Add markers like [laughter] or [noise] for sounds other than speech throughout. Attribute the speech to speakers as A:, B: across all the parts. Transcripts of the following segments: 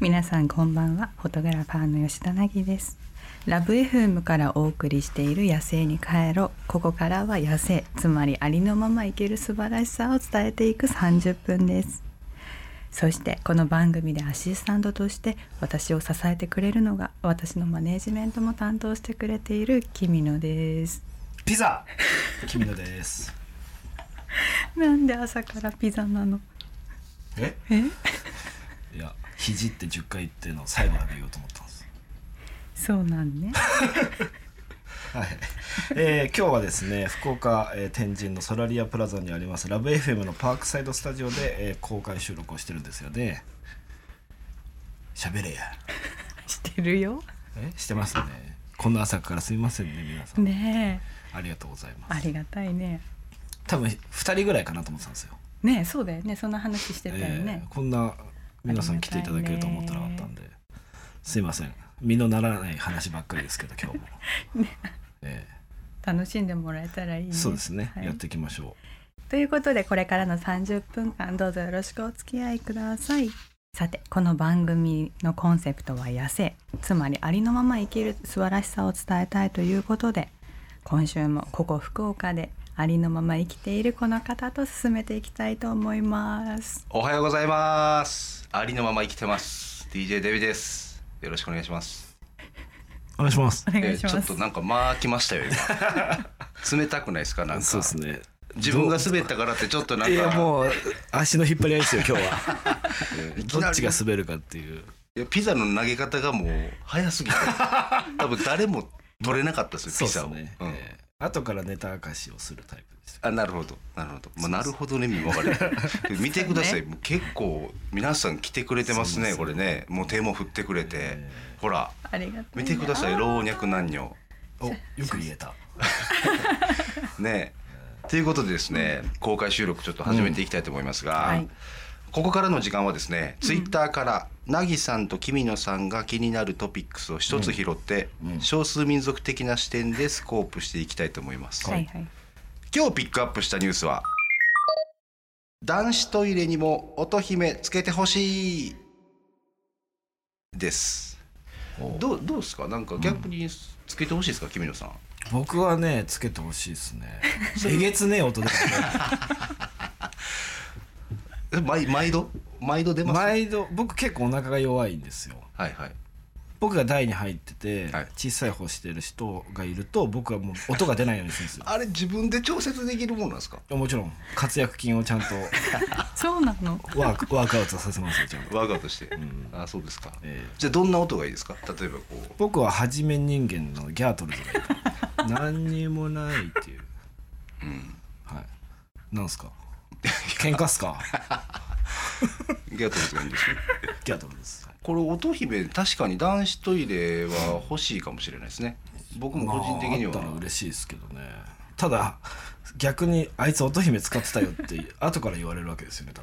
A: 皆さんこんばんはフォトグラファーの吉田凪ですラブ FM からお送りしている「野生に帰ろう」ここからは野生つまりありのまま生きる素晴らしさを伝えていく30分ですそしてこの番組でアシスタントとして私を支えてくれるのが私のマネージメントも担当してくれている君野です
B: ピザ君のです
A: なんで朝からピザなの
B: え
A: え
B: いや肘って10回言っての最後まで言おうと思ったんです
A: そうなんね
B: はい、えー今日はですね福岡、えー天神のソラリアプラザにありますラブ f m のパークサイドスタジオで、えー公開収録をしてるんですよね喋れや
A: [laughs] してるよ
B: えしてますねこんな朝からすみませんね皆さん、
A: ね
B: ありがとうござい
A: え
B: ま
A: あ
B: す
A: りがたいね
B: 多分2人ぐらいかなと思ってたんですよ、
A: ねえそうだよねそんな話してたよね
B: えー、こんな皆さん来ていただけると思ってなかったんですいません身のならない話ばっかりですけど今
A: [laughs]
B: 日も、えー
A: 楽しんでもらえたらいいね
B: そうですね、
A: はい
B: やっていきましょ
A: ということでこれからの30分間どうぞよろしくお付き合いくださいさてこの番組のコンセプトは「野生」つまりありのまま生きる素晴らしさを伝えたいということで今週もここ福岡でありのまま生きているこの方と進めていきたいと思います
C: おはようございます。ありのまま生きてます。DJ デビです。よろしくお願いします。
B: うお願いし
A: [laughs]
B: ます
A: お願いしま
C: えーち
A: す
C: ょっとなんか間きましたよ
B: [laughs]
C: 今。冷たくないですかなんか。
B: そうですね
C: 自分が滑ったからってちょっとなん
B: いや
C: か
B: もう足の引っ張り合いですよ今日は
C: いき
B: ど
C: な
B: っ
C: り
B: ちが滑るかっていう
C: いやピザの投げ方がもう早
B: [laughs]
C: すぎて、多分誰も取れなかったです
B: そう
C: よ
B: で
C: ピザ
B: す
C: を。
B: ね、
C: うん
B: えー後からネタ明かしをするタイプ
A: [laughs]
B: です
C: あなるほどなるほど、まあ、なるほどねみわかる
B: [laughs]
C: 見てください、もう結構皆さん来てくれてますね
B: そう
C: こ
B: で
C: れ
B: す
C: ねもう手も振ってくれて、
B: え
C: ほら
A: ありがとう
C: 見てください老若男女
B: およく言えた
C: ねということでですね、公開収録ちょっと始めていきたいと思いますが、
A: はい
C: ここからの時間はですね、ツイッターからなぎさんときみのさんが気になるトピックスを一つ拾って、
B: うん
C: 少数民族的な視点でスコープしていきたいと思います、
A: はいはい
C: 今日ピックアップしたニュースは男子トイレにも乙姫つけてほしいですどうどうですかなんか逆につけてほしいですかきみのさん
B: 僕はねつけてほしいですねえげつねえ音ですね
C: え毎毎度毎度出ますはい
B: 毎度僕結構お腹が弱いんですよ
C: はい
B: 僕が台に入ってて、
C: はい
B: 小さい方してる人がいると僕はもう音が出ないようにするんですよ
C: あれ自分で調節できるもんなんですか
B: もちろん活躍金を [laughs] ちゃんと
A: そうなの
B: ワークワークアウトさせますよちゃんと、
C: 我がと [laughs] して、
B: ん
C: あそうですか
B: えー
C: じゃあどんな音がいいですか例えばこう
B: 僕ははじめ人間のギャートルズがいた [laughs] 何にもないっていう、はいなんすか喧嘩っすか
C: ギャトルズがいいんですね
B: ギャートルズです
C: これ乙姫確かに男子トイレは欲しいかもしれないですね僕も個人的には、
B: まあ、あったら嬉しいですけどねただ逆にあいつ乙姫使ってたよって後から言われるわけですよね多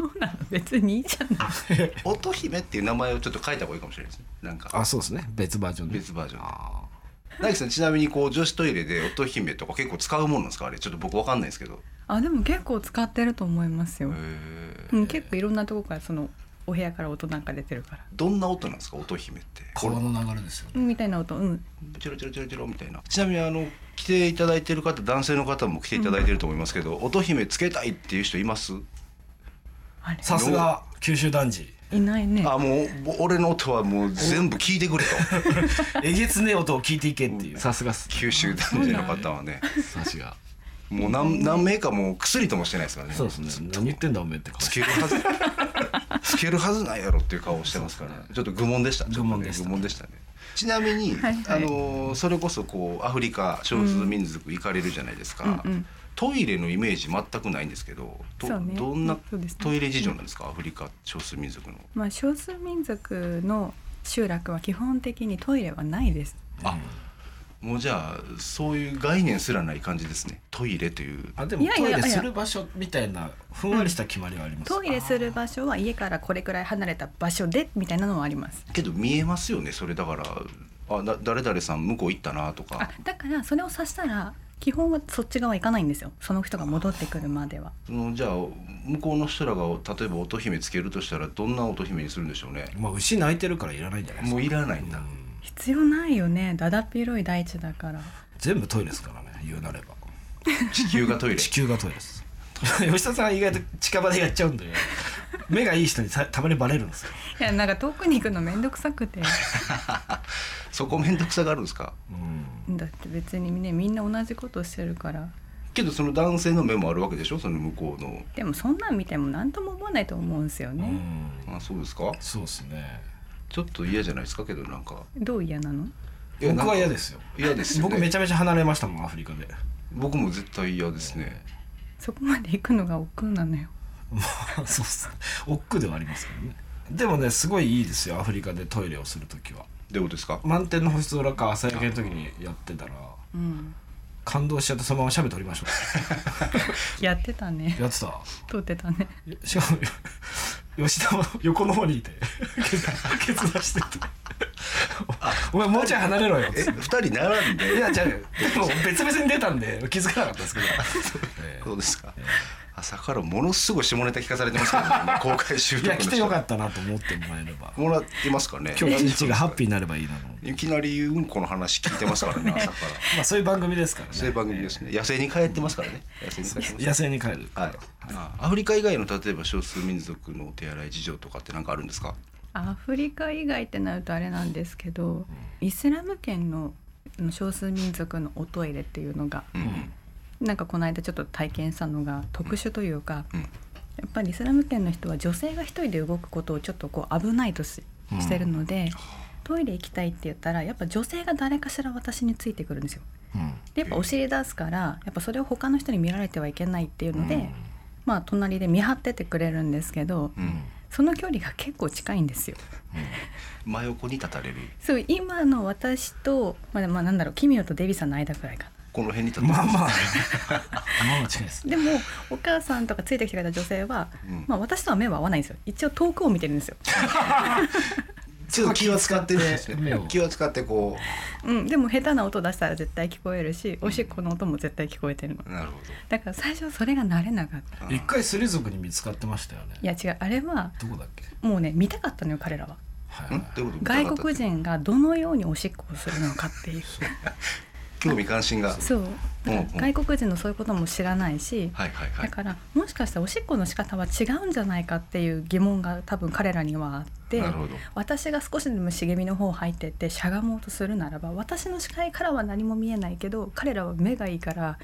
B: 分
A: そうなの別にいいじゃ
C: [laughs]
A: ない
C: 乙姫っていう名前をちょっと書いた方がいいかもしれないですねなんか
B: あそうですね別バージョンで
C: 別バージョンで
B: あ
C: 大樹さんちなみにこう女子トイレで乙姫とか結構使うものなんですかあれちょっと僕わかんないですけど
A: あでも結構使ってると思いますよ、
C: へ
A: うん、結構いろんなとこからそのお部屋から音なんか出てるから
C: どんな音なんですか乙姫って
B: ー川の流れですよね
A: うんみたいな音うん
C: チロチロチロチロみたいなちなみにあの来ていただいてる方男性の方も来ていただいてると思いますけど、乙姫つけたいっていう人います、
A: あれ
B: さすが九州男児
A: いないね
C: あもうぼ俺の音はもう全部聞いてくれと
B: えげつねえ音を聞いていけっていうさすがっす
C: 九州男児の方はね
B: さしが
C: もう何何名かもう薬ともしてないですからね
B: そうですね何言ってんだおめえって顔
C: つけるはずつけるはずないやろっていう顔をしてますから、ちょっと愚問でした
B: 愚問でした
C: ちょっとね愚問でしたねちなみに、
A: はいはい
C: あのーそれこそこうアフリカ少数民族行かれるじゃないですか、
A: うんうん
C: トイレのイメージ全くないんですけどと
A: そうね
C: どんな
A: そうですね
C: トイレ事情なんですか、アフリカ少数民族の
A: まあ少数民族の集落は基本的にトイレはないです
C: あもうじゃあそういう概念すらない感じですねトイレという
B: あでも
A: いやい
B: ト
A: や
B: イ
A: いや
B: レする場所みたいなふんわりした決まりはあります
A: トイレする場所は家からこれくらい離れた場所でみたいなのはあります
C: けど見えますよねそれだからあだ誰々さん向こう行ったなとか
A: あだからそれを指したら基本はそっち側行かないんですよその人が戻ってくるまでは
C: そのじゃあ向こうの人らが例えば乙姫つけるとしたらどんな乙姫にするんでしょうね
B: まあ牛泣いてるからいらないんじゃないです
C: も
B: か
C: ういらないんだ、
B: うん
A: 必要ないよねだだっ広い大地だから
B: 全部トイレですからね言うなれば
C: 地球がト
B: [laughs]
C: イレ
B: 地球がトイレです吉田さん意外と近場でやっちゃうんで目がいい人にさたまにバレるんですよ、
A: いやなんか遠くに行くの面倒くさ [laughs] くて
C: そこ面倒くさがあるんですか
B: うん
A: だって別にねみんな同じことしてるから
C: けどその男性の目もあるわけでしょその向こうの
A: でもそんなん見ても何とも思わないと思うんですよ
B: う
A: ね、
B: ん
C: あそうですか
B: そうですね
C: ちょっと嫌じゃないですかけどなんか
A: どう嫌なの
C: いや
B: 僕
C: なん
B: は
C: か
B: 嫌ですよ
C: 嫌ですよ、ね、
B: 僕
C: 僕
B: めちゃめちゃ離れましたもんアフリカで
C: も絶対嫌ですね
A: そこまで行くのが億劫なのよ
B: まあ [laughs] そうっすね億劫ではありますけどねでもねすごいいいですよアフリカでトイレをする時は
C: どういうことですか
B: 満天の星空か朝焼けの時にやってたら
A: うん
B: 感動しちゃってそのまましゃべ取りましょ
A: やってたね
B: [laughs] うやってた
A: 撮ってたね
B: しかもよ吉田も [laughs] 横の方にいてケツケツ出してて「おお前もうちょい離れろよ」
C: え二人並ん
B: い
C: で
B: やじゃあでも別々に出たんで気づかなかったですけ [laughs] ど、え
C: そうですか朝からものすごい下ネタ聞かされてますけど、
B: [laughs]
C: ね、今公開収
B: えい
C: 録
B: や来てよか
C: っ
B: ったなと思ってもらえれば
C: たもらってますかね
B: 今日一日がハッピーになればいいなと思って
C: いきなりうんこの話聞いてますからね朝から
B: まあ [laughs] そういう番組ですからね
C: そういう番組ですね野生に帰ってますからね野生に帰ってま
B: [laughs]
C: す
B: 野生に帰る
C: はい、アフリカ以外の例えば少数民族のお手洗い事情とかって何かあるんですか
A: アフリカ以外ってなるとあれなんですけどイスラム圏の少数民族のおトイレっていうのが
C: うん
A: なんかこの間ちょっと体験したのが特殊というか、
C: うん
A: やっぱりイスラム圏の人は女性が一人で動くことをちょっとこう危ないとし
B: うん
A: してるので、トイレ行きたいって言ったらやっぱ女性が誰かしら私についてくるんですよ。
B: うん
A: でやっぱお尻出すからやっぱそれを他の人に見られてはいけないっていうので、
B: うん
A: まあ隣で見張っててくれるんですけど、
C: うん
A: その距離が結構近いんですよ。
C: 真横に立たれる
A: そう今の私とまあ、まあ、なんだろう奇妙とデビさんの間くらいかな。
C: この辺に立たれ
B: ま
C: る [laughs]
B: あまあまあまあ違いです
A: でもお母さんとかついてきてくれた女性は、
C: うん
A: まあ私とは目は合わないんですよ一応遠くを見てるんですよ、
C: ちょっと気を使ってね
B: 目を
C: 気を使ってこ
A: うん、でも下手な音出したら絶対聞こえるしおしっこの音も絶対聞こえてるの
C: うなるほ
A: だから最初それが慣れなかった
C: ど
B: 一回スリ族に見つかってましたよね
A: いや違うあれは
B: どこだっけ
A: もうね見たかったのよ彼らは
B: はい
C: うん
B: は
C: んどういうこと
A: 外国人がどのようにおしっこをするのかっていう
C: 興味関心がはい
A: そうだ
C: うんうん
A: から外国人のそういうことも知らないし、
C: はいは
A: だ
C: い
A: からもしかしたらおしっこの仕方は違うんじゃないかっていう疑問が多分彼らにはあって
C: なるほど
A: 私が少しでも茂みの方入ってってしゃがもうとするならば私の視界からは何も見えないけど彼らは目がいいから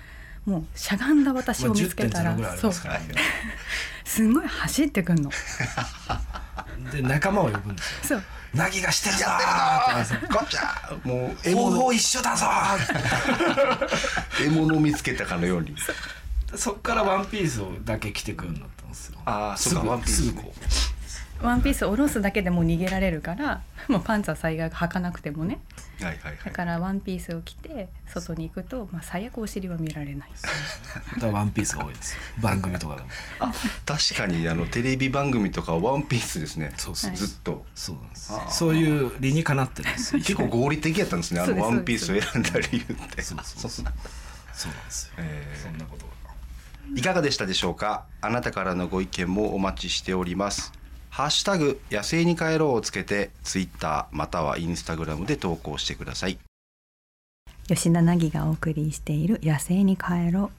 A: もうしゃがんだ私を見つけたら、
B: まあ10.0ぐらいあり
A: そう
B: ますからね
A: すんごい走ってくんの
B: で仲間を呼ぶんですよ
A: そう
B: 「凪がしてるぞ!」
C: ゴッチャーもう獲
B: 方
C: 物
B: 法一緒だぞ
C: 獲物を見つけたかのように
B: [laughs] そっからワンピースをだけ着てくるようになったんですよ
C: あーそ
B: す
C: うか
B: ぐ
C: ワンピース
B: すぐこう
A: ワンピースを下ろすだけでもう逃げられるからもうパンツは最悪履かなくてもね
C: はいはいは
A: だ
C: い
A: からワンピースを着て外に行くと、まあ、最悪お尻は見られない
B: だからワンピースが多いですよ番組とかでも
C: あ確かにあのテレビ番組とかワンピースですね
B: そうそう
C: ずっと
B: そうなんです
C: あー
B: そういう理にかなってるんですよ
C: 結構合理的やったんですねあ
A: そう
C: の
A: です
C: ワンピースを選んだ理由って
B: そうそうそうそうなんですよ、
C: えー
B: そんなことが
C: いかがでしたでしょうかあなたからのご意見もお待ちしておりますハッシュタグ野生に帰ろうをつけてツイッターまたはインスタグラムで投稿してください
A: [laughs] 吉田凪がお送りしている「野生に帰ろう」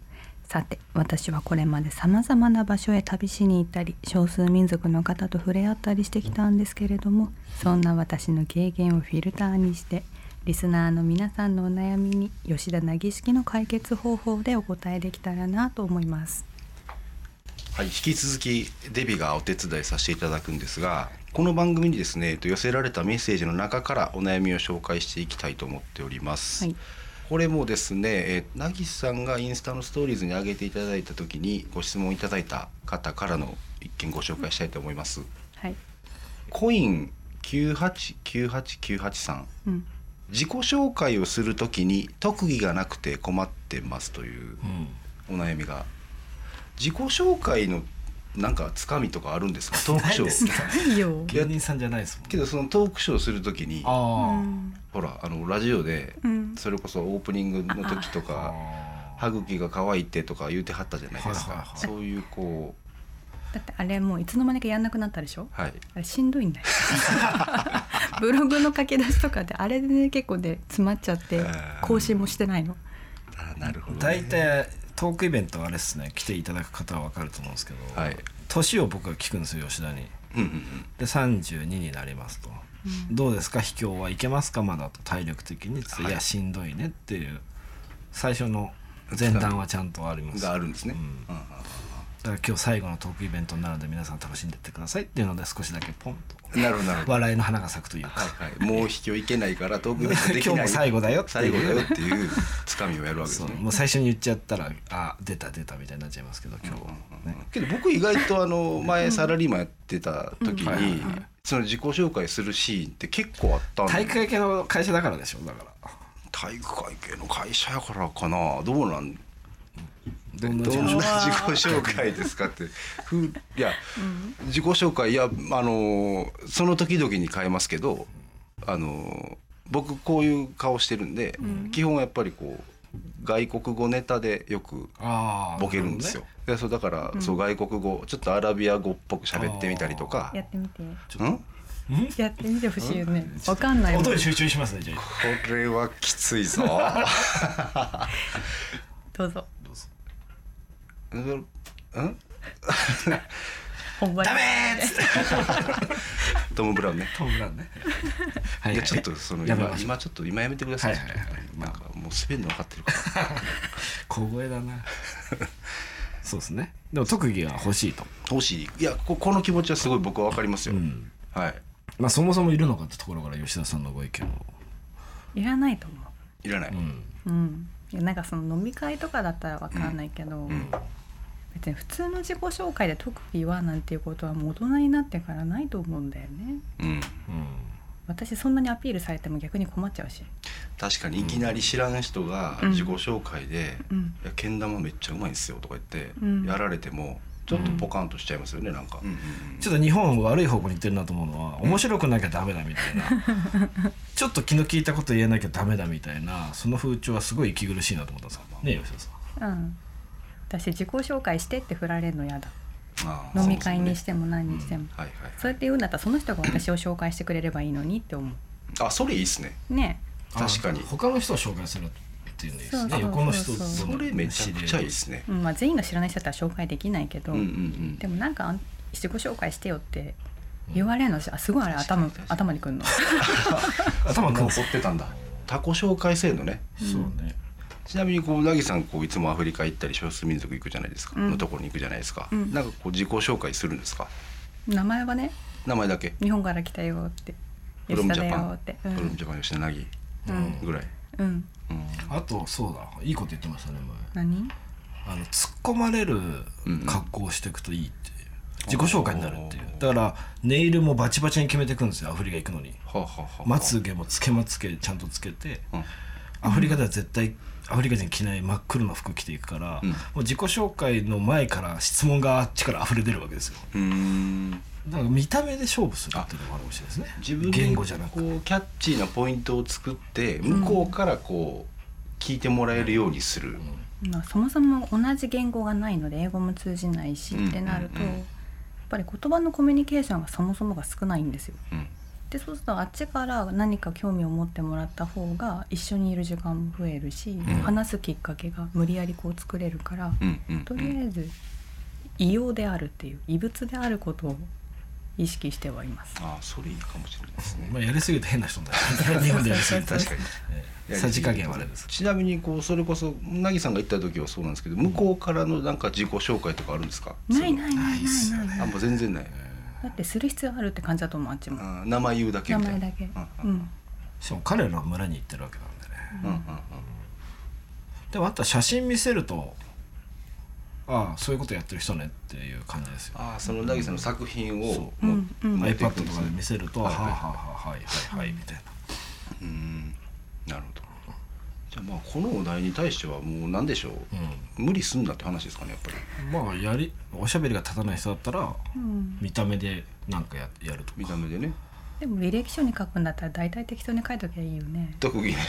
A: さて私はこれまでさまざまな場所へ旅しに行ったり少数民族の方と触れ合ったりしてきたんですけれどもそんな私の経験をフィルターにしてリスナーの皆さんのお悩みに吉田凪式の解決方法でお答えできたらなと思います。
C: はい、引き続きデビがお手伝いさせていただくんですがこの番組にですねえっと寄せられたメッセージの中からお悩みを紹介していきたいと思っております、
A: はい
C: これもですねえーなぎさんがインスタのストーリーズに上げていただいた時にご質問いただいた方からの一件ご紹介したいと思います、
A: はい、
C: コイン9898988さん
A: [laughs] うん
C: 自己紹介をするときに特技がなくて困ってますという
B: うん
C: お悩みが自己紹介のなんかつかみとかあるんですか
B: [laughs]
C: トークショー
A: ないよ
B: 芸人さんじゃないですもん
C: けどそのトークショーするときに
B: あ
A: う
B: あ、
A: ん
C: ほらあのラジオで
A: うん
C: それこそオープニングの時とか
B: あ
C: 歯茎が乾いてとか言うてはったじゃないですか、
B: はいはいはい
C: そういうこ
A: だってあれもういつの間にかやんなくなったでしょ
C: うはい
A: あれしんどいんだ [laughs] よブログの書き出しとかであれでね結構で詰まっちゃって
C: ー
A: 更新もしてないの
C: あなるほど、ね、
B: 大体トークイベントはあれですね来ていただく方は分かると思うんですけど、
C: はい
B: 年を僕が聞くんですよ吉田に。
C: うんうんうん
B: で32になりますと、どうですか秘境はいけますかまだと体力的につって、、
C: はいい
B: やしんどいねっていう最初の前段はちゃんとあります
C: があ
B: だか
C: るんですね、うんうんうん
B: ら今日最後のトークイベントになるので皆さん楽しんでってくださいっていうので少しだけポンと
C: なるほどなるほど
B: 笑いの花が咲くというか、
C: はいはい、もう卑怯いけないから遠くなってできない
B: 今日も最後だよってい
C: 最
B: う
C: 後だよっていうつかみをやるわけです
B: そう
C: ね
B: もう最初に言っちゃったらあ出た出たみたいになっちゃいますけど今日はね、
C: けど僕意外とあの前サラリーマンやってた
B: う
C: 時
B: んはいはい
C: にその自己紹介するシーンって結構あったん
B: 体育会系の会社だからでしょだから
C: 体育会系の会社やからかなどうなん
B: どんな
C: ど
B: 自
C: ん
B: 己
C: な
B: 紹介
C: 自己紹介ですかってふういや自己紹介いやあのその時々に変えますけどあの僕こういう顔してるんで基本はやっぱりこう外国語ネタでよく
B: あー
C: ボケるんですよ。でそうだから、そう外国語ちょっとアラビア語っぽく喋ってみたりとか
A: や。ってみて
C: うんこ
A: やってみてほしいよねわかんないもん
B: 音に集中しますねじゃあ
C: れはきついぞ。
A: どうぞ
C: うんうん
A: 本番ダメ
C: トム・ブラウンね。
B: トム・ブラウ
C: [laughs]
B: ンね。はい
C: やちょっとその
B: やめ
C: 今
B: ましょう
C: 今ちょっと今やめてください。
B: はいはいはい
C: なんかもう滑るの分かってるから。
B: 小声だ
C: [laughs]
B: な。そうですね。でも特技が欲しいと。
C: 欲しい。いやここの気持ちはすごい僕は分かりますよ。
B: ん
C: はい。
B: まあそもそもいるのかってところから吉田さんのご意見を。
A: いらないと思
C: いらない。
B: うん。
A: ううんいやなんかその飲み会とかだったらわかんないけど、別に普通の自己紹介で特技はなんていうことはもう大人になってからないと思うんだよね
C: うん。
A: 私そんなにアピールされても逆に困っちゃうし
C: 確かにいきなり知らん人が
A: うん
C: 自己紹介で
A: うん
C: いやけん玉めっちゃうまいんですよ」とか言って
A: うん
C: やられてもちょっとポカンとしちゃいますよねなんか、
B: ちょっと日本悪い方向に行ってるなと思うのは面白くなきゃダメだみたいなちょっと気の利いたこと言えなきゃダメだみたいなその風潮はすごい息苦しいなと思ったんですよね吉田さん
A: うん私自己紹介してって振られるの嫌だ
C: あー
A: 飲み会にし
C: そ
A: ても何
C: う
A: に
C: で
A: し
C: す
A: て
C: ね
A: も、
C: うんはいはい
A: そうやって言うんだったらその人が私を紹介してくれればいいのにって思
C: あそれいいっすね
A: うね
C: 確かに
B: あ他の人を紹介するっていうのいいです
A: そうそう
B: ね
A: そう
B: 横の人と
A: そ
C: それめちゃくちゃいいっすね
A: え、うんまあ、全員が知らない人だったら紹介できないけど、
C: うんうんうん
A: でもなんかあん自己紹介してよって言われるのあすごいあれ頭
C: 確かに確かに
A: 頭にくんの [laughs]
B: 頭くん
C: 残ってたんだ他己紹介制度ね
B: そうね
C: ちなみにこうなぎさんこういつもアフリカ行ったり少数民族行くじゃないですか、
A: うん
C: のところに行くじゃないですか、
A: うん
C: なんかこう自己紹介するんですか
A: 名前はね
C: 名前だけ
A: 日本から来たよって
C: フロ
A: 吉
C: ム
A: 田
C: ジ
A: だ
C: ャパ
A: よ
C: ン
A: って
C: フロムジャパン吉田なぎ
A: うん
C: ぐらい、
A: うん、うん、
C: うん
B: あとそうだいいこと言ってましたね前
A: 何
B: あの突っ込まれる格好をしていくといいっていう、自己紹介になるっていうだからネイルもバチバチに決めていくんですよアフリカ行くのに
C: はあ、はあはあ
B: まつげもつけまつげちゃんとつけて
C: うん
B: アフリカでは絶対アフリカ人着ない真っ黒な服着ていくから、
C: うん
B: もう自己紹介の前から質問があっちから溢れ出るわけですよ
C: うーん
B: だから見た目で勝負するっていうのもあるかもしれないですね
C: 自分
B: 言
C: で
B: 語じゃな
C: こ
B: く
C: うキャッチーなポイントを作って向こうからこう聞いてもらえるようにする、
A: まあそもそも同じ言語がないので英語も通じないし
C: うん
A: ってなると、
C: うんうん
A: やっぱり言葉のコミュニケーションがそもそもが少ないんですよ。
C: うん
A: でそうするとあっちから何か興味を持ってもらった方が一緒にいる時間も増えるし、話すきっかけが無理やりこう作れるから、
C: うんうんうん
A: とりあえず異様であるっていう異物であることを意識してはいます。
C: ああそれいいかもしれないですね
B: まあ、やりすぎると変な人になる日本でやりすぎると
C: [laughs] 確かに
B: ええさじ加減はあれです
C: ちなみにこうそれこそなぎさんが行った時はそうなんですけど向こうからのなんか自己紹介とかあるんですか
A: ないないない
B: いいっすよ
A: ない
B: ね
A: ない。
C: あもう全然ない、
A: だってする必要あるって感じだと思うあっちも。
C: あー名前言うだけ
A: 名
C: みたいな
A: 前だけ。
C: う
A: うんん。
B: しかも彼らの村に行ってるわけなんでね
C: うんうんうん
B: でもあとは写真見せるとああそういうことやってる人ねっていう感じですよ
C: ああそのなぎさんの作品を
A: う
C: も
A: うん
B: iPad と
C: です
B: かで見せると「は
C: は
B: あは
C: いはい
B: あはあはいはいはい」みたいな
C: うんなるほどじゃあまあこのお題に対してはもう何でしょう、
B: う
C: 無理すんなって話ですかねやっぱり
B: んまあやりおしゃべりが立たない人だったら
A: うん
B: 見た目でなんかややると
C: 見
B: か
C: た目でね
A: でも履歴書に書くんだったら大体適当に書いときゃいいよね。
C: [laughs] 特技ね
B: [laughs]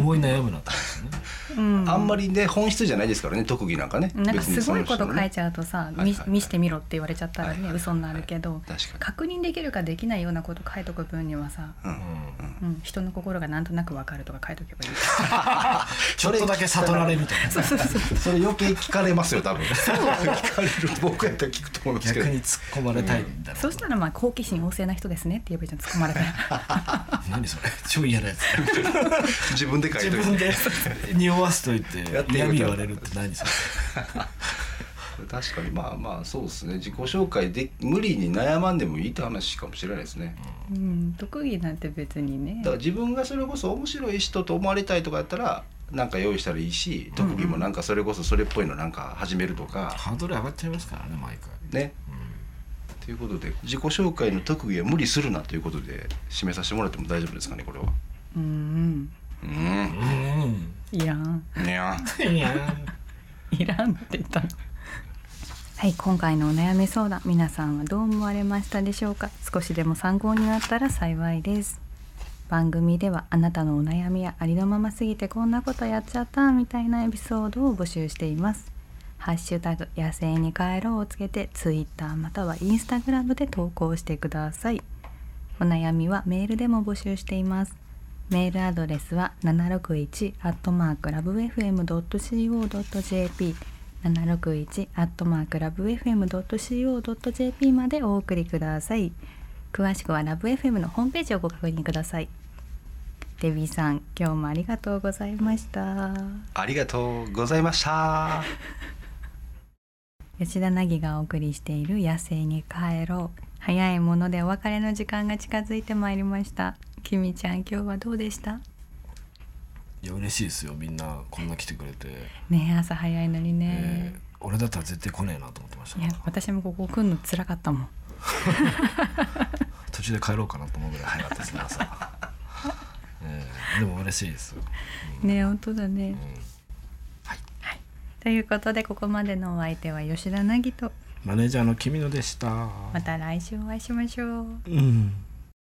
B: 思い悩むなって話ね
A: うん、
C: あんまりね本質じゃないですからね特技なんかね
A: なんかすごいこと書い
C: て
A: ちゃうとさ、
C: いはいはい
A: み見してみろって言われちゃったらね、
C: はいはいはい
A: 嘘になるけど、
C: 確かに
A: 確認できるかできないようなこと書いとく分にはさ、
B: うん
A: うん、人の心がなんとなくわかるとか書いとけばいい。 [laughs]
B: ちょっとだけ悟られるみたいな
A: そうそうそう
C: それ余計聞かれますよ多分聞かれる僕やったら聞くと思うんですけど
B: 逆に突っ込まれたいんだろう
A: そうしたらまあ好奇心旺盛な人ですねって言えばいいじゃん突っ込ま
C: [laughs]
A: れたら
B: 何それ超嫌なやつ
C: 自分で書い
B: 自
C: とい
B: 分
C: て
B: で匂わせといて
C: やってみよ
B: 嫌
C: う
B: 味言われるって何それ
C: 確かにまあまあそうですね自己紹介で無理に悩まんでもいいって話かもしれないですね、
A: うん特技なんて別にね
C: だから自分がそれこそ面白い人と思われたいとかやったらなんか用意したらいいし
A: うんうん
C: 特技もなんかそれこそそれっぽいのなんか始めるとか、
B: ハードル上がっちゃいますからね毎回
C: ねということで自己紹介の特技は無理するなということで締めさせてもらっても大丈夫ですかねこれは
A: うん
C: うん
B: うん
A: うんいらん
C: いや
B: いや
A: いらんって言ったのはい今回のお悩み相談皆さんはどう思われましたでしょうか少しでも参考になったら幸いです番組ではあなたのお悩みやありのまますぎてこんなことやっちゃったみたいなエピソードを募集していますハッシュタグ野生に帰ろうをつけてツイッターまたはインスタグラムで投稿してくださいお悩みはメールでも募集しています。メールアドレスは七六一アットマークラブ fm ドット co ドット jp 七六一アットマークラブ fm ドット co ドット jp までお送りください。詳しくはラブ fm のホームページをご確認ください。デビーさん、今日もありがとうございました。
C: ありがとうございました
A: 吉田凪がお送りしている野生に帰ろう。早いものでお別れの時間が近づいてまいりました。きみちゃん、今日はどうでした？
B: 嬉しいですよみんなこんな来てくれて、
A: ね朝早いのに
B: え
A: ね
B: ー、俺だったら絶対来ねえなと思ってました
A: いや私もここ来るの辛かったもん
B: 途中で帰ろうかなと思うぐらい早かったですね [laughs] 朝、えーでも嬉しいですよ、
A: ね本当だね
B: う、ん、
A: ということでここまでのお相手は吉田凪と
B: マネージャーの君野でした
A: また来週お会いしましょう
B: うん